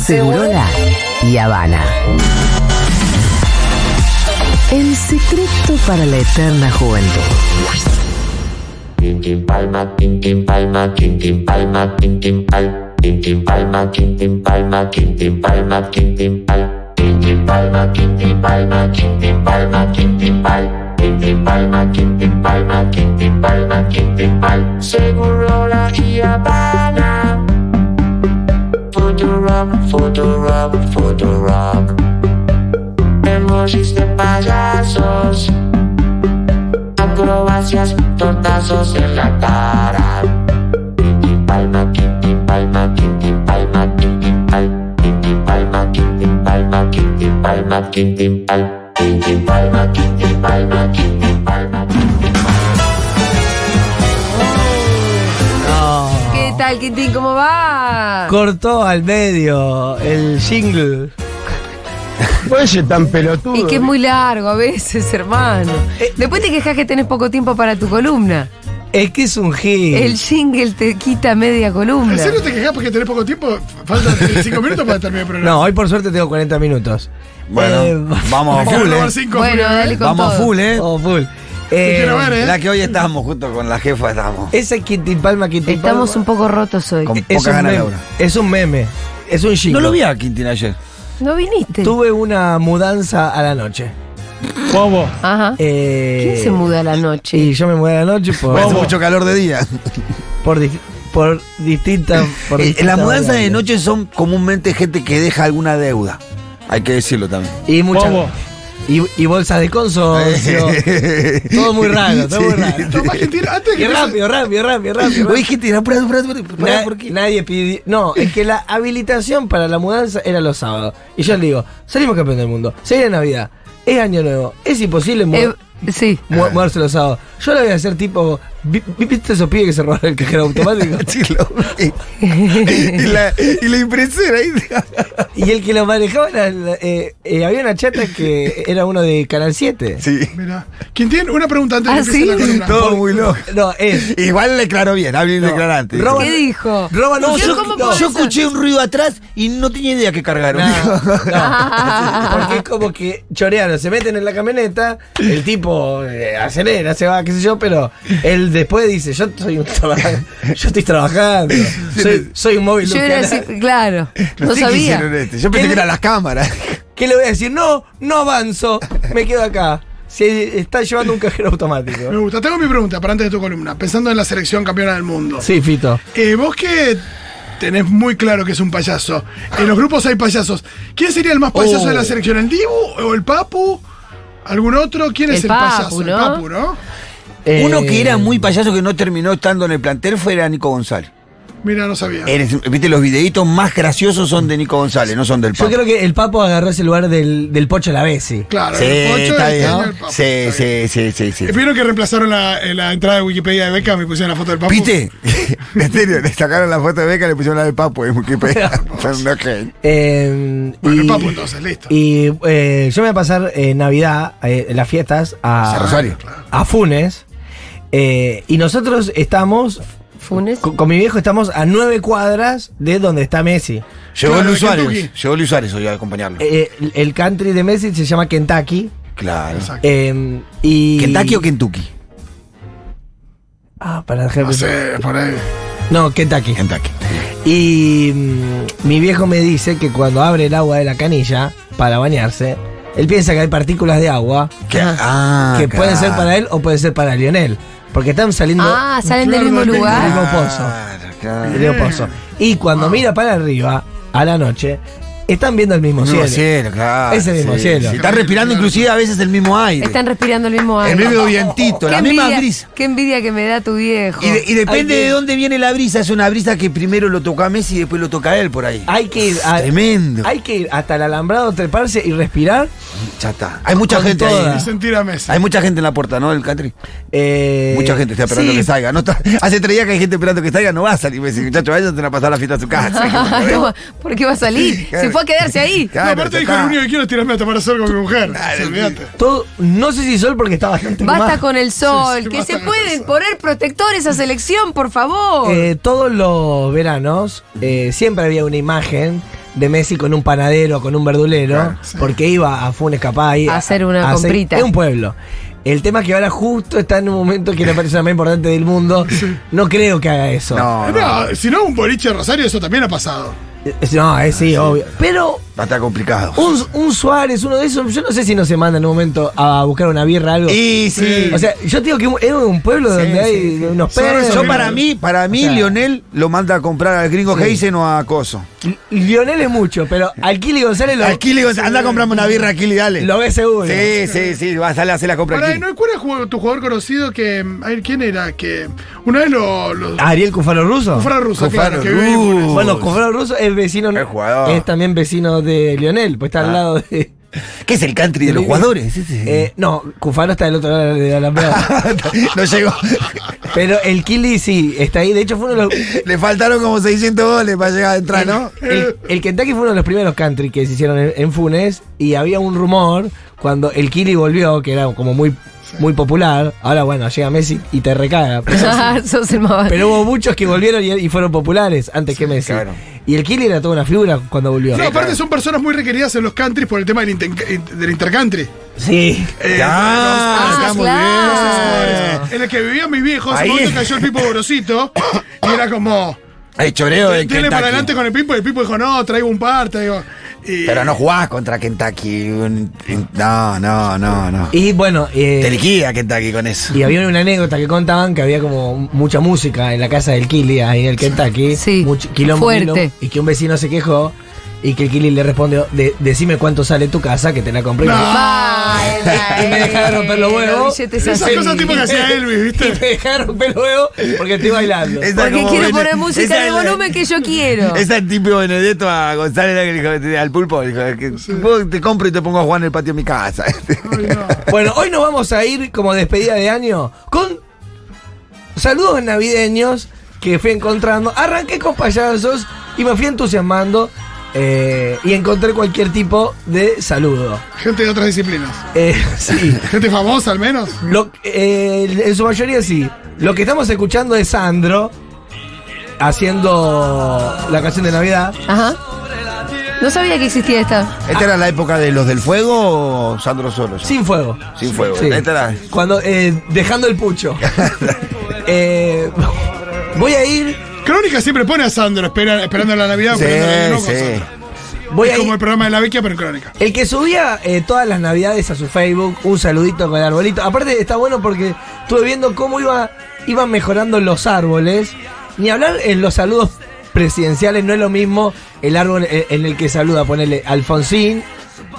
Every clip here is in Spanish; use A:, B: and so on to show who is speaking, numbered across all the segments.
A: Segurola y Habana. El secreto para la eterna juventud.
B: Tintin palma, tintin palma, tintin palma, tintin pal. Tintin palma, tintin palma, tintin palma, tintin pal. Tintin palma, tintin palma, tintin palma, tintin pal. Tintin palma, tintin palma, tintin palma, tintin pal. Seguro la Habana. Photo rock, photo rock, photo rock. Emojis de payasos acrobacias, tortazos en la cara. Tintin palma, tintin palma, tintin palma, tintin pal. Tintin palma, tintin palma, tintin palma, tintin pal. Tintin palma, tintin palma, tintin palma.
C: ¿Qué tal, Quintín? ¿Cómo va?
D: Cortó al medio el jingle.
E: Puede ser tan pelotudo.
C: Y que es muy largo a veces, hermano.
F: Eh,
C: Después te quejas que tenés poco tiempo para tu columna.
D: Es que es un hit.
C: El jingle te quita media columna.
G: ¿En serio te quejas porque tenés poco tiempo? Faltan 5 minutos para terminar el programa.
D: No, hoy por suerte tengo 40 minutos.
F: Bueno,
D: Eh,
F: vamos a
G: Quiero
F: full,
G: robar
F: eh.
G: cinco
C: Bueno,
G: primero,
C: dale
G: ¿eh?
C: con
F: Vamos a
C: todo.
F: full, eh.
D: Oh, full.
G: Te quiero ver, ¿eh?
F: La que hoy estábamos junto con la jefa, estábamos.
D: Ese Quintín Palma, Quintín
C: Estamos un
D: Palma.
C: poco rotos hoy.
F: Con-
D: Eh, es
F: pocas
D: un,
F: ganas de
D: meme,
F: ahora.
D: es un meme. Es un jingle.
F: No lo vi a Quintín ayer.
C: ¿No viniste?
D: Tuve una mudanza a la noche.
G: Bobo.
C: Ajá.
D: Eh,
C: ¿Quién se muda a la noche?
F: eh,
D: Y yo me mudé a la noche por,
F: Hace mucho calor de día.
D: por, dif- por distintas. por
F: Eh,
D: distintas
F: Las mudanzas de
D: variables.
F: noche son comúnmente gente que deja alguna deuda. Hay que decirlo también.
D: Y muchas. Y, y bolsas de consorcio. todo muy raro, todo muy raro.
G: Tomás Quintín, antes
D: Y
G: que empiece-
D: rápido, rápido, rápido, rápido.
F: Oye, gente, no, pará, pará, pará, pará,
D: Na-
F: ¿por qué?
D: Nadie pidió. No, es que la habilitación para la mudanza era los sábados. Y yo le digo, salimos campeón del mundo, se viene Navidad, es año nuevo, es imposible mu-
C: Eh, sí.
D: mu- mudarse los sábados. Yo lo voy a hacer tipo. vi- vi- ¿Viste esos pibes que se robaron el cajero automático?
F: Sí, lo vi. y, la, y la impresora ahí.
D: y el que lo manejaba era el- eh, eh, había una chata que era uno de Canal 7.
F: Sí.
G: Mirá. Quintín, una pregunta antes
C: ¿Ah,
G: de que empiece
C: sí?
G: la columna.
F: Todo muy loco.
D: No, es.
F: Igual le declaró bien, hablé
D: No.
F: declarante.
D: Roba-
C: ¿Qué dijo?
D: Roban un-
C: ¿Yo cómo puedo
F: Yo
C: hacer?
F: escuché un ruido atrás y no tenía idea que cargaron.
D: No, no. Porque es como que chorearon, se meten en la camioneta, el tipo eh, acelera, se va, qué sé yo, pero él después dice, yo soy un traba- yo estoy trabajando, soy, soy un móvil
C: Yo era
D: nuclear".
C: así, claro. No
F: sé qué hicieron
C: sabía.
F: este, Yo
D: ¿Qué?
F: pensé que eran las cámaras.
D: ¿Qué le voy a decir? No, no avanzo, me quedo acá. Se está llevando un cajero
G: Me
D: automático.
G: gusta. Tengo mi pregunta para antes de tu columna. Pensando en la selección campeona del mundo.
D: Sí, Fito.
G: Eh, vos que tenés muy claro que es un payaso. En los grupos hay payasos. ¿Quién sería el más payaso
D: Oh.
G: de la selección? ¿El Dibu o el Papu? ¿Algún otro? ¿Quién
C: El
G: es el
C: Papu,
G: payaso?
C: ¿no?
G: El Papu, ¿no?
F: Uno que era
D: Eh,
F: muy payaso que no terminó estando en el plantel fue era Nico González.
G: Mira, no sabía.
F: Eres- Viste, los videitos más graciosos son de Nico González, no son del
D: Yo
F: Papo.
D: creo que el Papo agarró ese lugar del, del Pocho la Bessi.
G: Claro,
F: Sí,
G: el Pocho
F: está
G: y
F: bien.
G: el
F: ¿no?
G: Papu,
F: Sí,
G: está bien.
F: sí, sí, sí, sí.
G: Eh, Vieron que reemplazaron la, eh, la entrada de Wikipedia de Beca, me pusieron la foto del Papu.
F: ¿Viste? en serio, le sacaron la foto de Beca y le pusieron la del Papo. Es que Son dos que-
D: Eh,
G: Bueno,
D: y-
G: el Papu entonces, listo.
D: Y eh, yo me voy a pasar eh, Navidad, eh, las fiestas,
F: A
D: a,
F: Rosario.
D: a Funes. eh, y nosotros estamos,
C: Funes.
D: con, con mi viejo estamos a nueve cuadras de donde está Messi.
F: Llegó
G: Claro,
F: Luis
G: de
F: Suárez.
G: Kentucky.
F: Llegó Luis Suárez hoy a acompañarlo.
D: Eh, el, el country de Messi se llama Kentucky.
F: claro.
G: Exacto.
D: eh, y,
F: ¿Kentucky o Kentucky?
D: Ah, para dejar
G: No sé, por ahí.
D: No, Kentucky.
F: Kentucky.
D: Y mm, mi viejo me dice que cuando abre el agua de la canilla para bañarse, él piensa que hay partículas de agua
F: Que, ah,
D: que pueden ser
F: claro.
D: para él o pueden ser para Lionel. Porque están saliendo
C: Ah, salen del
G: Claro,
C: mismo
G: del
C: lugar.
D: mismo
F: Claro, claro.
D: de Leo Pozo. Y cuando mira para arriba, a la noche, están viendo el mismo
F: El mismo
D: cielo.
F: cielo, claro.
D: Es el mismo
F: sí,
D: cielo.
F: sí, Están respirando inclusive a veces el mismo aire.
C: Están respirando el mismo
F: el
C: aire.
F: mismo vientito, la misma
C: envidia,
F: brisa.
C: Qué envidia que me da tu viejo.
F: Y, de- y depende
D: Ay, qué-
F: de dónde viene la brisa. Es una brisa que primero lo tocó a Messi y después lo toca a él por ahí.
D: Hay que ir a-
F: Tremendo.
D: Hay que ir hasta el alambrado, treparse y respirar.
F: Ya está. Hay mucha
D: Con
F: gente
D: toda.
F: ahí.
G: Y sentir a Messi.
F: Hay mucha gente en la puerta, ¿no? Del country.
D: eh,
F: mucha gente está esperando
D: sí,
F: que salga. No está- hace tres días que hay gente esperando que salga. No va a salir Messi. Muchachos, vayan a pasar la fiesta a su casa.
C: Ah, No, ¿Por qué va a salir? Se fue a quedarse ahí.
G: No, aparte dijo, lo único que quiero es tirarme a tomar sol con mi mujer. Sí, olvídate.
D: todo- no sé si sol porque está bastante
C: Basta
D: quemado.
C: con el sol,
G: Sí, sí,
C: que se
G: basta con el
C: pueden
G: sol. Eh,
C: poner protectores a selección, por favor.
D: Eh, todos los veranos eh, siempre había una imagen de Messi con un panadero, con un verdulero, porque iba a Funes capaz ahí
C: A hacer una
D: hacer-
C: comprita.
D: Es un pueblo. El tema es que ahora justo está en un momento que es la persona más importante del mundo. No creo que haga eso.
F: No, no.
G: No, si no, un boliche de Rosario, eso también ha pasado.
D: Es- No, es
F: Ah,
D: sí, obvio. Pero
F: Va a estar complicado.
D: un, un Suárez, uno de esos, yo no sé si no se manda en un momento a buscar una birra algo.
F: Y sí.
D: O sea, yo te digo que un- es un pueblo donde
F: sí,
D: hay
F: sí.
D: unos
G: Solo
D: perros.
G: eso
F: yo
G: Lionel.
F: para mí, para mí,
D: O sea-
F: Lionel lo manda a comprar al gringo
D: Sí.
F: Heisen o a Coso.
D: Lionel es mucho, pero al Kili González lo,
F: Al Kili González, anda a comprarme una birra a Kili, dale.
D: lo ve seguro.
F: Sí, sí, sí, vas a salir a hacer la compra
G: Pará,
F: aquí.
G: ¿no? ¿Cuál era jug- tu jugador conocido que. A ver, ¿quién era? Que una vez lo. lo
F: Ah,
D: ¿Ariel Cufaro Russo?
G: fuera ruso, claro,
F: Cufaro
G: que vive en Bulnes.
F: Russo.
D: Bueno, Cufaro Russo es vecino.
F: Qué jugador.
D: Es también vecino de Lionel, pues está al lado de.
F: ¿Qué es el country de los jugadores? Ese-
D: Eh, no, Cufaro está del otro lado de la alambrada.
F: no llegó.
D: pero el Kili sí, está ahí. De hecho, fue uno de los.
F: Le faltaron como 600 goles para llegar a entrar, ¿no?
D: El, el Kentucky fue uno de los primeros country que se hicieron en, en Funes y había un rumor cuando el Kili volvió, que era como muy, muy popular. Ahora, bueno, llega Messi y te recaga. Pero,
C: Ah, Sos el más barato.
D: pero hubo muchos que volvieron y, y fueron populares antes que Messi.
F: claro.
D: Y el Kili era toda una figura cuando volvió.
G: No, aparte son personas muy requeridas en los countries por el tema del, inter- del intercountry.
D: Sí.
G: Eh,
F: Ah,
C: Ah,
F: está muy
C: claro.
F: bien.
G: En el que vivían mis viejos,
F: Ah.
G: en
F: Ahí.
G: un momento cayó el Pipo Borosito y era como.
F: El choreo de
G: Tiene para adelante
F: Kentucky.
G: con el Pipo y el Pipo dijo, no, traigo un par, traigo. Y,
F: Pero no jugás contra Kentucky. un- un- No, no, no, no.
D: Y bueno. eh,
F: Te liquida Kentucky con eso.
D: Y había una anécdota que contaban que había como mucha música en la casa del Kili, ahí en el Kentucky.
C: Sí,
D: Mucho quilombo,
C: fuerte.
D: quilombo, y que un vecino se quejó y que el Kili le respondió, "De- decime cuánto sale tu casa, que te la compré.
G: No.
C: Ay,
D: Y me deja de romper los huevos.
C: Los billetes
G: Esas
C: así.
G: cosas tipo que hacía Elvis,
D: Y
G: ¿viste?
D: me dejaron pelo huevo porque estoy bailando.
F: Es- Esa
C: Porque
F: como
C: quiero
F: Bene-
C: poner música
F: esa
C: al
F: es la-
C: volumen que yo quiero.
F: Es el tipo Benedetto a González era que le dijo- al pulpo. le dijo, que vos te compro y te pongo a jugar en el patio de mi casa. Este,
G: Ay, no.
D: Bueno, hoy nos vamos a ir como despedida de año con saludos navideños que fui encontrando. Arranqué con payasos y me fui entusiasmando eh, y encontré cualquier tipo de saludo.
G: Gente de otras disciplinas.
D: Eh, sí.
G: Gente famosa al menos.
D: Lo- eh, en su mayoría sí. Lo que estamos escuchando es Sandro haciendo la canción de Navidad.
C: Ajá. No sabía que existía esta.
F: ¿Esta era la época de los del fuego o Sandro Solos?
D: Sin fuego.
F: Sin fuego.
D: Sí.
F: Esta era-
D: Cuando, eh, dejando el pucho. Eh, voy a ir.
G: Crónica siempre pone a Sandro espera- esperando la Navidad.
F: Sí,
G: poniéndole el loco,
F: sí.
G: Sandro.
D: Voy a
G: es como
D: ir.
G: el programa de la Vecchia, pero en Crónica.
D: El que subía eh, todas las navidades a su Facebook, un saludito con el arbolito. Aparte está bueno porque estuve viendo cómo iba, iban mejorando los árboles. Ni hablar en los saludos presidenciales, no es lo mismo el árbol en, en el que saluda, ponele Alfonsín,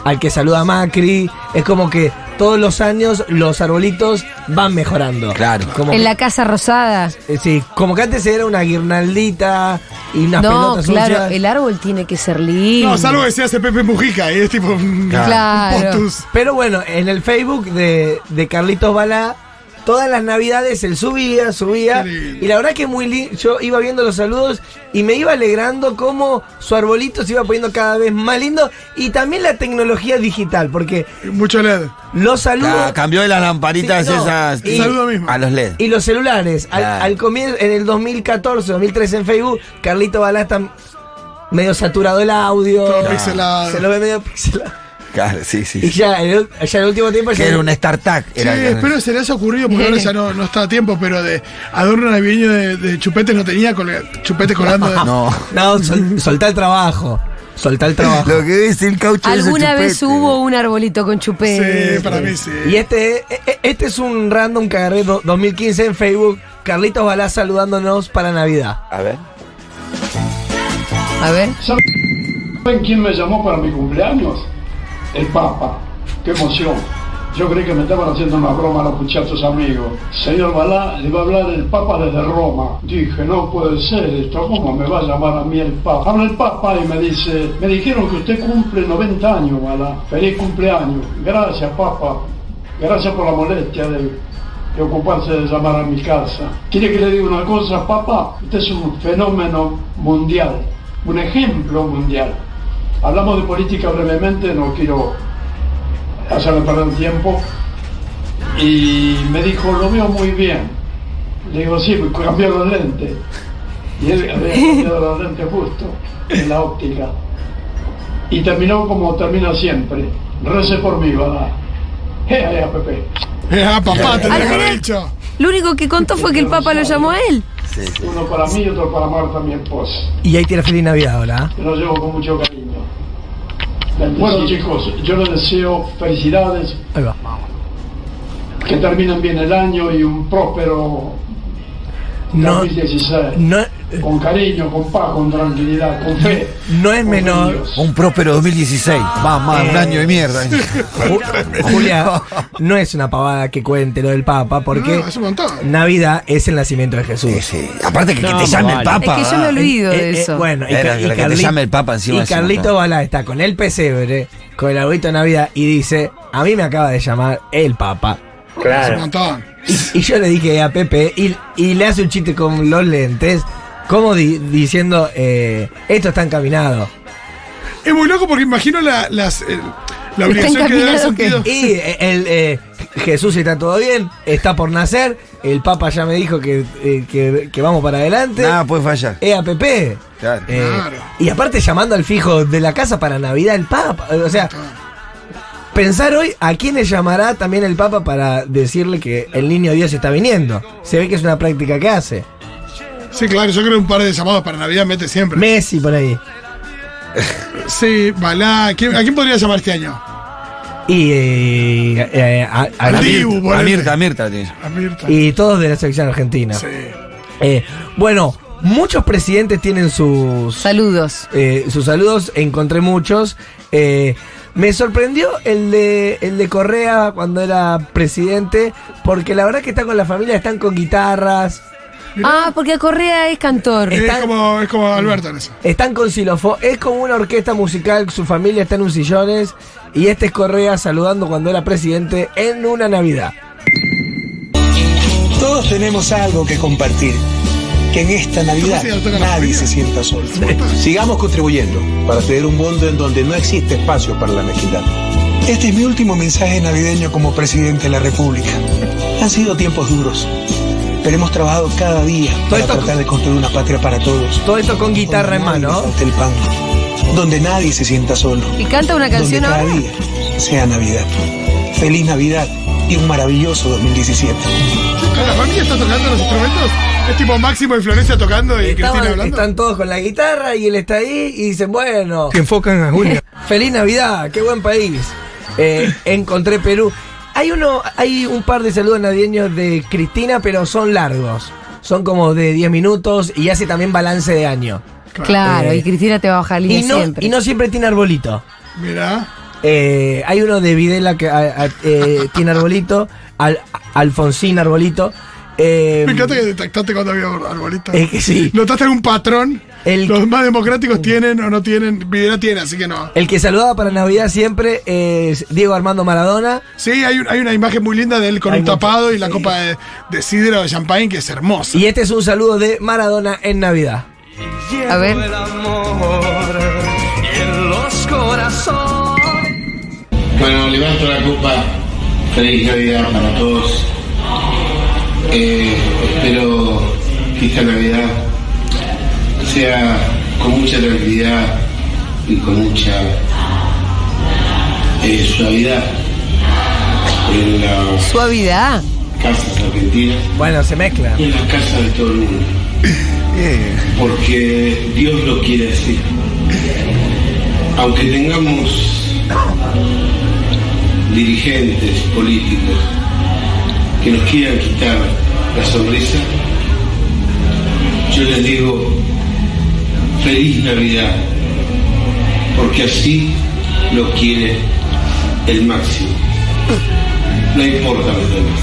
D: al que saluda Macri. Es como que todos los años los arbolitos van mejorando.
F: Claro.
D: Como
C: En la Casa Rosada.
D: eh, Sí, como que antes era una guirnaldita y unas
C: No,
D: pelotas
C: claro,
D: sucias.
C: el árbol tiene que ser lindo.
G: No, salvo que se hace Pepe Mujica y es tipo un,
C: Claro.
G: un potus.
D: Pero bueno, en el Facebook de, de Carlitos Balá, todas las navidades él subía, subía.
G: Qué lindo.
D: Y la verdad que muy lindo. Yo iba viendo los saludos y me iba alegrando cómo su arbolito se iba poniendo cada vez más lindo. Y también la tecnología digital, porque
G: Mucho E LED.
D: los saludos.
F: Ca- cambió de las lamparitas
D: Sí, no.
F: esas
D: Y-
G: Saludo mismo.
F: a los E LED.
D: Y los celulares, al,
F: Claro.
D: al comienzo, en el 2014, 2013 en Facebook, Carlito Balá está medio saturado el audio.
G: Todo pixelado.
D: Se lo ve medio pixelado.
F: Claro, sí,
D: Y
F: sí.
D: ya, en el, ya en el último tiempo
F: Que
D: ya
F: era un StarTac.
G: Sí, espero que se le haya ocurrido, porque ahora ya no, no está a tiempo, pero de adorno navideño de, de chupetes no tenía colga- chupetes colgando. de-
F: No.
D: No, sol- soltá el trabajo. Soltá el trabajo.
F: Lo que es el caucho de ese
C: Alguna vez
F: chupete.
C: hubo un arbolito con
G: Sí,
C: chupete.
G: para mí sí.
D: Y este, e- e- este es un random que agarré do- 2015 en Facebook. Carlitos Balá saludándonos para Navidad.
F: A ver.
C: A ver.
H: ¿Saben quién me llamó para mi cumpleaños? El Papa. ¡Qué emoción! Yo creí que me estaban haciendo una broma a los muchachos amigos. Señor Balá, le va a hablar el Papa desde Roma. Dije, no puede ser esto, ¿cómo me va a llamar a mí el Papa? Habla el Papa y me dice, me dijeron que usted cumple 90 años, Balá. Feliz cumpleaños. Gracias, Papa. Gracias por la molestia de de ocuparse de llamar a mi casa. ¿Quiere que le diga una cosa, papá? Este es un fenómeno mundial, un ejemplo mundial. Hablamos de política brevemente, no quiero hacerme perder tiempo. Y me dijo, lo veo muy bien. Le digo, sí, cambió los lentes. Y él había cambiado los lentes justo, en la óptica. y terminó como termina siempre. Rece por mí, Balá. Eh, eh, Pepe.
G: Eh, ah, papá, te lo
C: Al
G: he
C: final-
G: dicho.
C: Lo único que contó fue que el Papa lo llamó a él.
H: Uno para mí y otro para Marta, mi esposa.
D: Y ahí tiene feliz Navidad, ¿ah? hola.
H: Te lo llevo con mucho cariño. Bueno, chicos, yo les deseo felicidades,
D: Ahí va.
H: que terminen bien el año y un próspero
D: No,
H: 2016.
D: no,
H: Con cariño, con paz, con tranquilidad, con fe.
D: no es
H: con
D: menor.
H: Dios.
I: Un próspero 2016.
F: Mamá, un
D: Eh.
F: año de mierda.
D: Ju- Julia, no es una pavada que cuente lo del Papa, porque
G: No, es un montón.
D: Navidad es el nacimiento de Jesús.
I: Sí, Aparte que, que
D: No,
I: te llame
E: vale.
I: el Papa.
C: Es que yo
F: Ah,
C: me olvido. Pido de eso.
D: Eh, bueno, y,
I: Era
D: Ca- y
I: que te
D: Carli-
I: llame el Papa encima
D: y
I: es un
D: Carlito
I: montón.
D: Balá está con el pesebre, con el arbolito de Navidad, y dice: A mí me acaba de llamar el Papa.
G: Es un
B: Claro.
G: montón.
D: Y yo le dije a Pepe, y, y le hace un chiste con los lentes, como di- diciendo, eh, esto está encaminado.
G: Es muy loco porque imagino la, las, eh, la obligación que debe haber
C: encaminado que-
G: sentido.
D: Y eh, el, eh, Jesús está todo bien, está por nacer, el Papa ya me dijo que, eh, que- que vamos para adelante.
F: Nada puede fallar.
D: Eh, a Pepe.
F: Claro.
D: Eh,
G: Claro.
D: Y aparte llamando al fijo de la casa para Navidad el Papa. eh, O sea, pensar hoy a quién le llamará también el Papa para decirle que el niño Dios está viniendo. Se ve que es una práctica que hace.
G: Sí, claro, yo creo que un par de llamados para Navidad mete siempre.
D: Messi por ahí.
G: Sí, Balá. ¿quién- ¿A quién podría llamar este año?
D: Y, eh, eh, a- a-
G: Al
I: A
G: Dibu,
I: Mirta, a
G: ponele.
I: Mirta, a Mirta. tiene.
G: A Mirta.
D: y todos de la selección argentina.
G: Sí.
D: Eh, bueno, muchos presidentes tienen sus,
C: Saludos.
D: eh, sus saludos, encontré muchos. Eh, me sorprendió el de, el de Correa cuando era presidente, porque la verdad que está con la familia, están con guitarras,
C: Ah, porque Correa es cantor.
G: Es,
D: Está-
G: como, es como Alberto en eso.
D: están con xilofón, es como una orquesta musical, su familia está en un sillones, y este es Correa saludando cuando era presidente en una Navidad.
J: Todos tenemos algo que compartir. Que en esta Navidad
G: Sí, toca la
J: nadie
G: batería.
J: se sienta solo.
G: Importante.
J: Sigamos contribuyendo para tener un mundo en donde no existe espacio para la mezquindad. Este es mi último mensaje navideño como presidente de la República. Han sido tiempos duros, pero hemos trabajado cada día
D: Todo
J: para
D: esto-
J: tratar de construir una patria para todos.
D: Todo esto con guitarra en
J: Donde nadie
D: mano.
J: falte el pan, donde nadie se sienta solo.
C: Y canta una
J: Donde
C: canción
J: cada
C: ahora.
J: día sea Navidad. Feliz Navidad y un maravilloso 2017.
G: La familia está tocando los instrumentos. Es tipo Máximo y Florencia tocando y
D: Estaban-
G: Cristina hablando.
D: están todos con la guitarra y él está ahí y dicen, bueno,
G: enfocan a Julia.
D: feliz Navidad, qué buen país. Eh, encontré Perú. Hay uno, hay un par de saludos navideños de Cristina, pero son largos. Son como de 10 minutos y hace también balance de año.
C: Claro,
D: Eh,
C: y Cristina te va a bajar
D: Y
C: línea
D: no,
C: siempre.
D: y no siempre tiene arbolito.
G: Mirá.
D: Eh, hay uno de Videla que a- a- eh, tiene arbolito, Al- Alfonsín arbolito. Eh,
G: Me encanta que detectaste cuando había arbolito.
D: Es que sí.
G: ¿Notaste algún patrón?
D: El-
G: Los más democráticos tienen o no tienen. Videla tiene, así que no.
D: El que saludaba para Navidad siempre es Diego Armando Maradona.
G: Sí, hay, un- hay una imagen muy linda de él con
D: Hay
G: un
D: mucho,
G: tapado y la copa de, de sidra o de champagne que es hermosa.
D: Y este es un saludo de Maradona en Navidad.
C: A ver.
J: Bueno, levanto la copa. Feliz Navidad para todos. Eh, espero que esta Navidad sea con mucha tranquilidad y con mucha eh, suavidad en las
C: Suavidad.
J: casas argentinas
D: Bueno, se mezcla.
J: y en las casas de todo el mundo. Porque Dios lo quiere así. Aunque tengamos dirigentes políticos que nos quieran quitar la sonrisa, yo les digo feliz Navidad, porque así lo quiere el máximo. No importa los demás.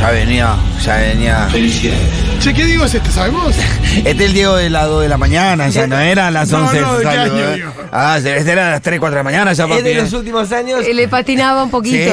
I: Ya venía, ya venía.
J: Felicidades.
G: Che, ¿qué digo es este? ¿Sabemos?
I: Este es el Diego de las 2 de la mañana, ya no era a las
G: No,
I: 11.
G: no, ¿de qué
I: salgo,
G: año,
I: eh.
G: Diego?
I: Ah, este era a las 3, 4 de la mañana ya,
D: Es
I: papi.
D: de los últimos años.
C: Eh, Le patinaba un poquito.
I: Sí, sí,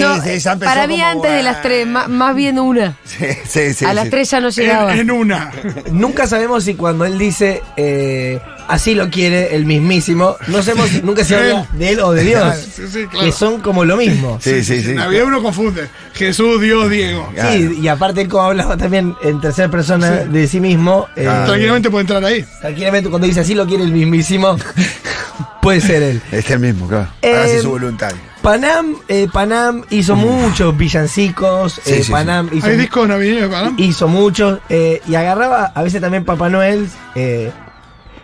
I: ya empezó
C: para mí
I: como,
C: antes de
I: ah.
C: las tres, ma- más bien una.
I: Sí, sí, sí,
C: a
I: sí.
C: las tres ya no
G: En,
C: llegaba.
G: en una.
D: Nunca sabemos si cuando él dice eh, así lo quiere el mismísimo, no sabemos nunca si habla de él o de Dios.
G: Sí, sí, claro.
D: Que son como lo mismo.
I: Sí, sí, sí.
G: En Navidad uno confunde. Jesús, Dios, Diego.
I: Claro.
D: Sí, y aparte él como hablaba también en tercera persona de sí mismo. eh,
G: Tranquilamente puede entrar ahí.
D: Tranquilamente cuando dice así lo quiere el mismísimo. Puede ser él.
F: Es el mismo, claro.
D: Eh,
F: Hágase su voluntad.
D: Panam, eh, Panam hizo muchos villancicos.
F: Sí,
D: eh,
F: sí,
D: Panam hizo,
G: ¿Hay discos navideños de Panam?
D: hizo muchos. eh, y agarraba a veces también Papá Noel. eh,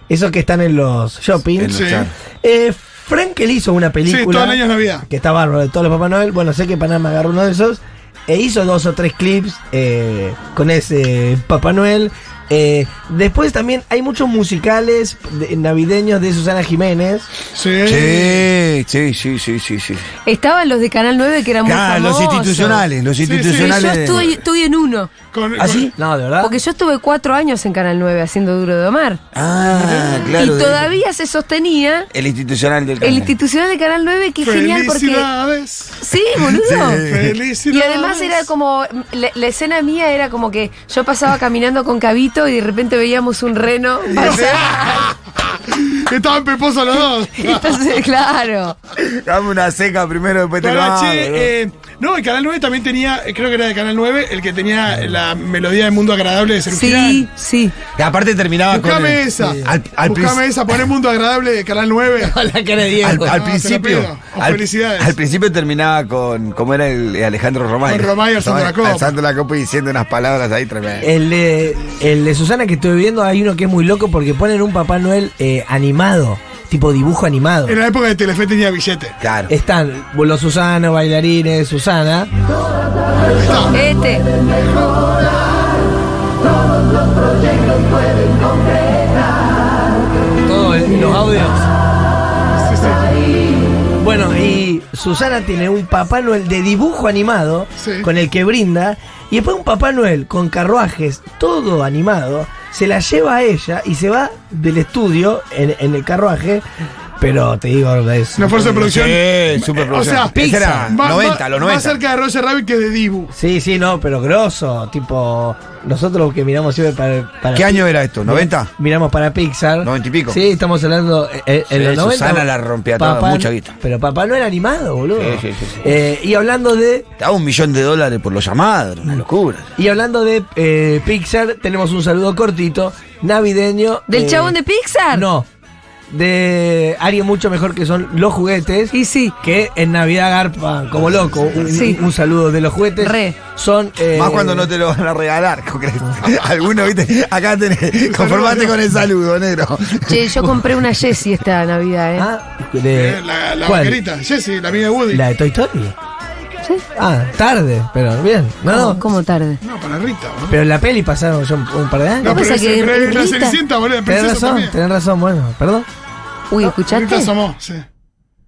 D: esos que están en los
F: En
D: shoppings.
F: los
G: Sí.
F: charros.
D: Eh, Frankel hizo una película.
G: Sí, todo el año es Navidad.
D: Que está bárbaro, de todos los Papá Noel. Bueno, sé que Panam agarró uno de esos. E hizo dos o tres clips eh, con ese Papá Noel. Eh, después también hay muchos musicales de- navideños de Susana Jiménez.
G: Sí.
F: Sí, sí, sí, sí, sí, sí.
C: Estaban los de Canal 9 que eran
I: Claro,
C: muy
I: los
C: famosos.
I: institucionales, los
G: Sí,
C: Sí,
G: sí.
C: yo
I: institucionales.
C: estoy, estoy en uno.
G: Con, con-
D: ¿Así? No, de verdad.
C: Porque yo estuve cuatro años en Canal 9 haciendo Duro de Omar.
I: Ah, claro.
C: y
I: de- Eh.
C: todavía se sostenía
I: El institucional del
C: el
I: canal.
C: institucional de Canal 9, que es genial porque.
G: Felicidades.
C: Sí, boludo.
G: Felicidades.
C: Y además era como, la, la escena mía era como que yo pasaba caminando con Cabito y de repente veíamos un reno pasar.
G: Estaban peposos los dos.
C: Entonces, claro.
F: Dame una seca primero, después te lo
G: Pará,
F: hago.
G: che,
F: ¿no?
G: eh, no, el Canal 9 también tenía, eh, creo que era de Canal 9, el que tenía la melodía de Mundo Agradable de Cerugirán.
C: Sí, sí.
I: Y aparte terminaba Ah, con.
G: Buscame
I: el-
G: esa.
I: Al, al
G: Buscame
I: princ-
G: esa, poné Mundo Agradable de Canal 9.
D: la cara de Diego.
I: al- al
G: Ah, te la
I: principio.
G: pido. Oh,
I: al-
G: felicidades.
I: Al, principio terminaba con. ¿Cómo era el eh, Alejandro Romay?
G: Con Romay alzando la copa.
F: Alzando la copa y diciendo unas palabras ahí tremendas.
D: El de, el de Susana que estoy viendo, hay uno que es muy loco porque ponen un Papá Noel eh, animado, tipo dibujo animado.
G: En la época de Telefe tenía billete.
I: Claro.
D: Están los Susanos, bailarines, Susana.
C: Este.
D: Todos los audios. Bueno, y Susana tiene un Papá Noel de dibujo animado
G: Sí.
D: con el que brinda. Y después un Papá Noel con carruajes, todo animado, se la lleva a ella y se va del estudio en, en el carruaje. Pero te digo, es.
G: Una fuerza de producción.
I: Sí, superproducción.
G: O sea,
I: Ese era
G: Pixar. Más-
I: 90, los
G: más-
I: 90.
G: Más cerca de Roger Rabbit que de Dibu.
D: Sí, sí, no, pero grosso. Tipo, nosotros que miramos siempre para. para
I: ¿Qué año era esto? ¿90?
D: Miramos para Pixar.
I: 90 y pico.
D: Sí, estamos hablando eh, eh, en
I: Sí,
D: los 90.
I: Susana la rompía toda,
D: Papá-
I: mucha guita.
D: Pero papá no era animado, boludo.
I: Sí, sí, sí, sí.
D: Eh, y hablando de.
I: Daba un millón de dólares por los llamados, era una locura.
D: Y hablando de eh, Pixar, tenemos un saludo cortito, navideño.
C: ¿Del
D: eh,
C: chabón de Pixar?
D: No. De alguien mucho mejor que son los juguetes.
C: Y sí.
D: Que en Navidad garpan como loco. Un,
C: Sí.
D: un saludo de los juguetes.
C: Re.
D: Son. eh,
I: Más cuando no te lo van a regalar. Algunos, viste, acá tenés. Conformate con el saludo, negro.
C: Che, yo compré una Jessie esta Navidad, ¿eh?
D: Ah, de-
G: Eh, La, la
D: ¿cuál?
G: vaquerita. Jessie, la amiga de Woody.
D: ¿La de Toy Story? Ah, tarde, pero bien. No,
C: ¿Cómo, cómo tarde?
G: No, para Rita, boludo.
D: Pero en la peli pasaron ya un, un par de años.
G: No, pero
C: pasa
G: es,
C: que
G: re- la
C: Rita-
G: Cenicienta, boludo,
D: tenés
G: la princesa
D: razón,
G: también.
D: tenés razón, bueno, perdón.
C: Uy,
G: Rita
C: ¿escuchaste?
G: asomó, sí.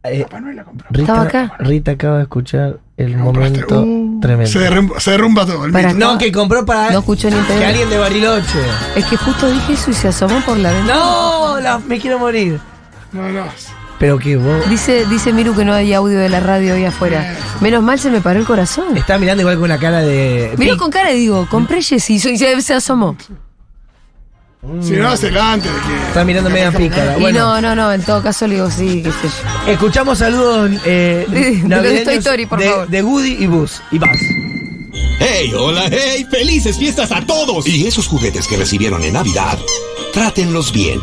D: Eh,
G: Manuel la compró.
D: Rita,
C: Estaba acá.
D: Rita acaba de escuchar el
G: Compraste.
D: momento
G: Uh,
D: tremendo.
G: Se derrumba, se derrumba todo. El
C: Para-
G: mito.
D: No, que compró para
C: No escuchó ni un
D: que
C: pedo.
D: alguien de Bariloche.
C: Es que justo dije eso y se asomó por la ventana.
D: No, la- me quiero morir.
G: No, no.
D: Pero que vos
C: Dice, dice Miru que no hay audio de la radio ahí
D: Eh.
C: afuera. Menos mal se me paró el corazón.
D: está mirando igual con una cara de.
C: Miró
D: Pi-
C: con cara y digo, compré Jessie y se, se asomó.
G: Si
D: Mm.
G: no, hacelo antes de que.
D: Está mirando media pícara.
C: Y
D: Ah, Bueno,
C: no, no, no, en todo caso le digo, sí, qué sé yo.
D: escuchamos saludos eh,
C: De- de los de
D: navideños
C: Toy Story, por
D: de-
C: favor.
D: de Woody y Buzz. Y Buzz.
K: ¡Hey, hola, hey! ¡Felices fiestas a todos! Y esos juguetes que recibieron en Navidad, trátenlos bien.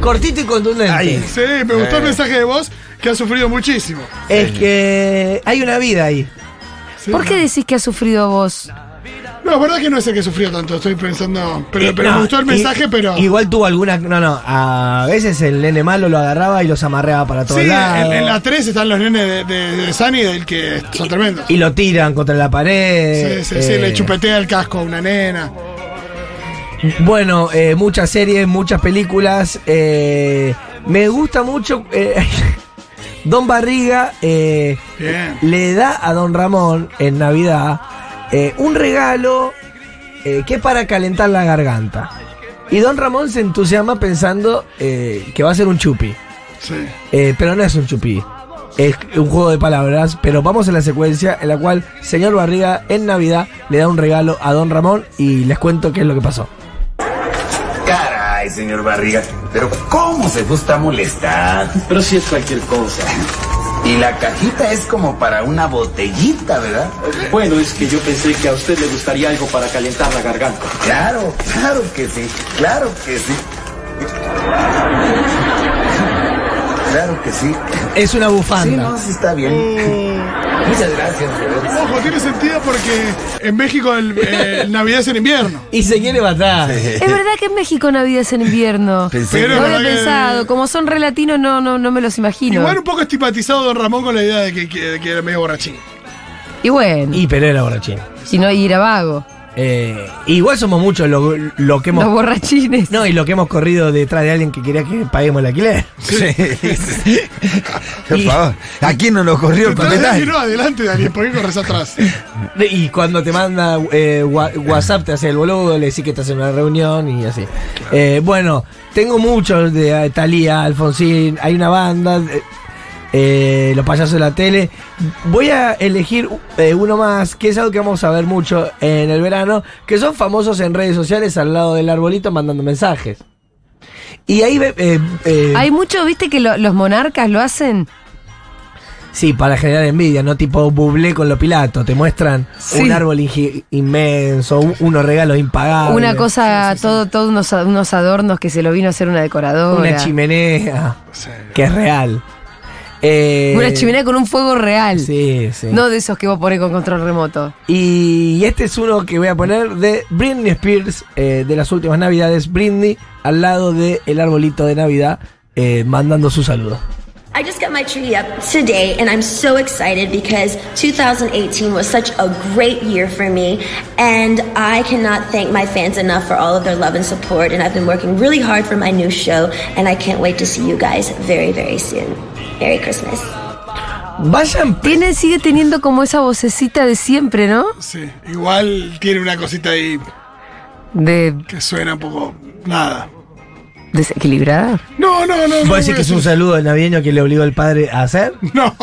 D: Cortito y contundente.
G: Sí, me gustó el
I: Eh.
G: mensaje de vos que ha sufrido muchísimo.
D: Es que hay una vida ahí.
G: Sí.
C: ¿Por qué decís que has sufrido vos?
G: No, es verdad que no es el que sufrió tanto, estoy pensando. Pero, pero
D: Eh, No,
G: me gustó el
D: i-
G: mensaje, pero.
D: Igual tuvo algunas. No, no. A veces el nene malo lo agarraba y los amarreaba para todos
G: sí,
D: lados.
G: en, en la 3 están los nenes de, de, de Sunny, del que son tremendos.
D: Y lo tiran contra la pared.
G: Sí, sí,
D: eh,
G: sí, le chupetea el casco a una nena.
D: Bueno, eh, muchas series, muchas películas. eh, me gusta mucho. eh, Don Barriga eh,
G: Bien.
D: le da a Don Ramón en Navidad eh, un regalo eh, que es para calentar la garganta. Y Don Ramón se entusiasma pensando eh, que va a ser un chupi.
G: Sí.
D: Eh, pero no es un chupí. Es un juego de palabras, pero vamos a la secuencia en la cual señor Barriga en Navidad le da un regalo a don Ramón y les cuento qué es lo que pasó.
K: Caray, señor Barriga, pero ¿cómo se gusta molestar? Pero si es cualquier cosa. Y la cajita es como para una botellita, ¿verdad? Bueno, es que yo pensé que a usted le gustaría algo para calentar la garganta. Claro, claro que sí, claro que sí. Claro que sí.
D: Es una bufanda.
K: Sí, no, sí está bien.
L: Mm.
K: Muchas gracias, de verdad.
G: Ojo, tiene sentido porque en México el, eh, el Navidad es en invierno.
D: Y se quiere matar.
C: Es verdad que en México Navidad es en invierno.
G: Pensé que-
C: no
G: Pero
C: lo he
G: que-
C: pensado. Como son re latinos, no, no, no me los imagino.
G: Igual un poco estigmatizado Don Ramón con la idea de que, que- que era medio borrachín.
C: Y bueno,
D: Y pero era borrachín.
C: si no, ir a vago.
D: Eh, igual somos muchos lo, lo que hemos.
C: Los borrachines.
D: No, y lo que hemos corrido detrás de alguien que quería que paguemos el alquiler.
F: Por
D: Y-
F: favor. ¿A quién no lo corrió el
G: Entonces,
F: propietario?
G: no, adelante, Daniel, ¿por qué corres atrás?
D: Y cuando te manda eh, wa- WhatsApp, te hace el boludo, le decís que estás en una reunión y así. Eh, bueno, tengo muchos de Talía, Alfonsín, hay una banda, eh, eh, los payasos de la tele. Voy a elegir eh, uno más, que es algo que vamos a ver mucho en el verano, que son famosos en redes sociales al lado del arbolito mandando mensajes. Y ahí... ve- eh, eh,
C: Hay mucho, viste, que lo- los monarcas lo hacen.
D: Sí, para generar envidia, no tipo bublé con lo pilato. Te muestran
C: Sí.
D: un árbol ingi- inmenso, un- unos regalos impagables.
C: Una cosa, todo, todo unos, a- unos adornos que se lo vino a hacer una decoradora.
D: Una chimenea, que es real. Eh,
C: Una chimenea con un fuego real.
D: Sí, sí.
C: No de esos que vos ponés con control remoto.
D: Y este es uno que voy a poner de Britney Spears, eh, de las últimas navidades. Britney al lado del arbolito de Navidad, eh, mandando su saludo.
L: I just got my tree up today, and I'm so excited because 2018 was such a great year for me. And I cannot thank my fans enough for all of their love and support. And I've been working really hard for my new show, and I can't wait to see you guys very, very soon. Merry Christmas.
D: Vayan.
C: Tiene, sigue teniendo como esa vocecita de siempre, ¿no?
G: Sí, igual tiene una cosita ahí
C: De
G: que suena un poco nada.
C: desequilibrada.
G: No, no, no. no
D: ¿Vos decís que es un saludo navideño que le obligó el padre a hacer?
G: No,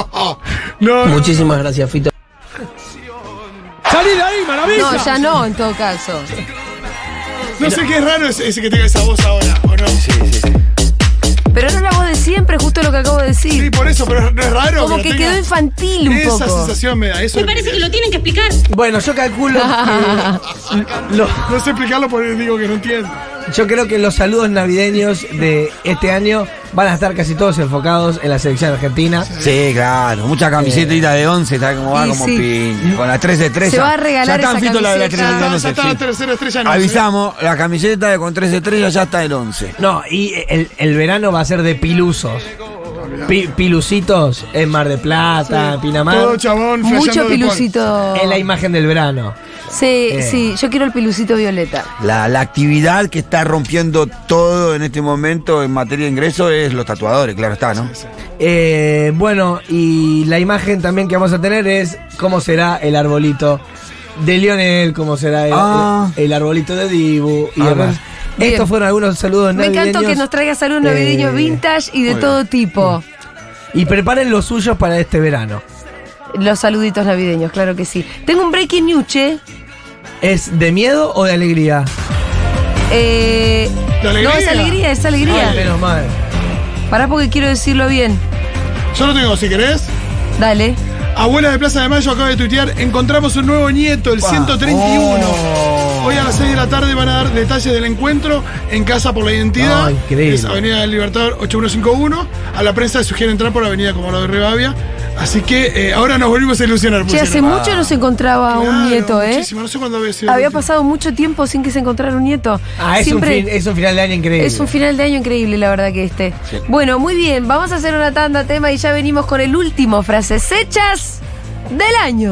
G: no.
D: Muchísimas gracias, Fito. ¡Salí de ahí, maravilla!
C: No, ya no, en todo caso.
G: No sé qué es raro ese, ese que tenga esa voz ahora, ¿o no? Sí,
C: Pero no es la voz de siempre, justo lo que acabo de decir.
G: por eso, pero no es raro.
C: Como
G: lo
C: que
G: tenga.
C: quedó infantil un
G: esa
C: poco.
G: sensación me da, eso. Me parece que lo tiene.
D: Bueno, yo calculo que lo-
G: No sé explicarlo porque digo que no entiendo.
D: yo creo que los saludos navideños de este año van a estar casi todos enfocados en la selección argentina.
I: Sí, claro. Mucha camisetita de 11 está como va
C: Y
I: como
C: sí.
I: pinche. Con las 3 estrellas.
C: Se va a regalar
I: Ya está
C: esa
I: Fito la de la estrella,
C: camiseta.
G: Ah, Ya
K: Ah,
I: entonces,
G: está la
I: sí.
G: tercera estrella. no sé.
I: Avisamos, la camiseta de con 3 estrellas ya está el 11.
D: No, y el, el verano va a ser de pilusos. Pi- pilusitos en Mar de Plata, Pinamar.
G: Todo chabón,
C: Mucho
G: flasheando de
C: pilucito.
D: Es la imagen del verano.
C: Sí,
D: Eh.
C: sí, yo quiero el pilucito violeta.
I: La, la actividad que está rompiendo todo en este momento en materia de ingreso es los tatuadores, claro está, ¿no?
D: Eh, bueno, y la imagen también que vamos a tener es cómo será el arbolito de Lionel, cómo será el,
I: Ah.
D: el- el arbolito de Dibu y
I: Ah,
D: demás.
C: bien.
D: Estos fueron algunos saludos
C: Me
D: navideños.
C: encantó que nos traiga saludos navideños
D: Eh,
C: vintage y de
I: muy
C: todo tipo.
D: Y preparen los suyos para este verano.
C: Los saluditos navideños, claro que sí. Tengo un breaking news, che.
D: ¿Es de miedo o de alegría?
C: Eh,
G: ¿De alegría?
C: No, es alegría, es
D: Ay,
C: alegría.
D: menos mal.
C: Pará porque quiero decirlo bien.
G: Yo lo tengo, si querés.
C: Dale.
G: Abuela de Plaza de Mayo acaba de tuitear, encontramos un nuevo nieto, el 131. Hoy a las 6 de la tarde van a dar detalles del encuentro en Casa por la Identidad.
D: Ah, increíble.
G: Es Avenida del Libertador 8151. A la prensa le sugiere entrar por Avenida Comodoro de Rivadavia. Así que eh, ahora nos volvimos a ilusionar.
C: Che, hace
G: pusieron.
C: mucho no se encontraba
G: Claro,
C: un nieto, ¿eh?
G: muchísimo. No sé cuándo había sido.
C: Había pasado mucho tiempo sin que se encontrara un nieto.
D: Ah, es,
C: Siempre
D: un fin- es un final de año increíble.
C: es un final de año increíble, la verdad que este. Bueno, muy bien, vamos a hacer una tanda tema y ya venimos con el último, frases hechas del año.